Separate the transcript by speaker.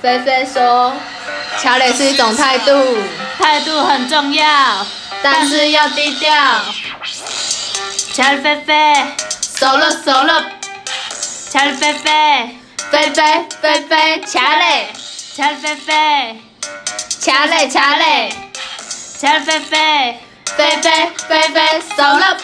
Speaker 1: 菲菲说，乔磊是一种态度，
Speaker 2: 态度很重要，
Speaker 1: 但是要低调。
Speaker 2: 乔丽菲菲，
Speaker 1: 熟了熟了，
Speaker 2: 乔丽菲菲，
Speaker 1: 菲菲菲菲，乔磊
Speaker 2: 乔丽菲菲，
Speaker 1: 乔磊乔磊，
Speaker 2: 乔丽菲菲。
Speaker 1: 菲菲菲菲，熟了。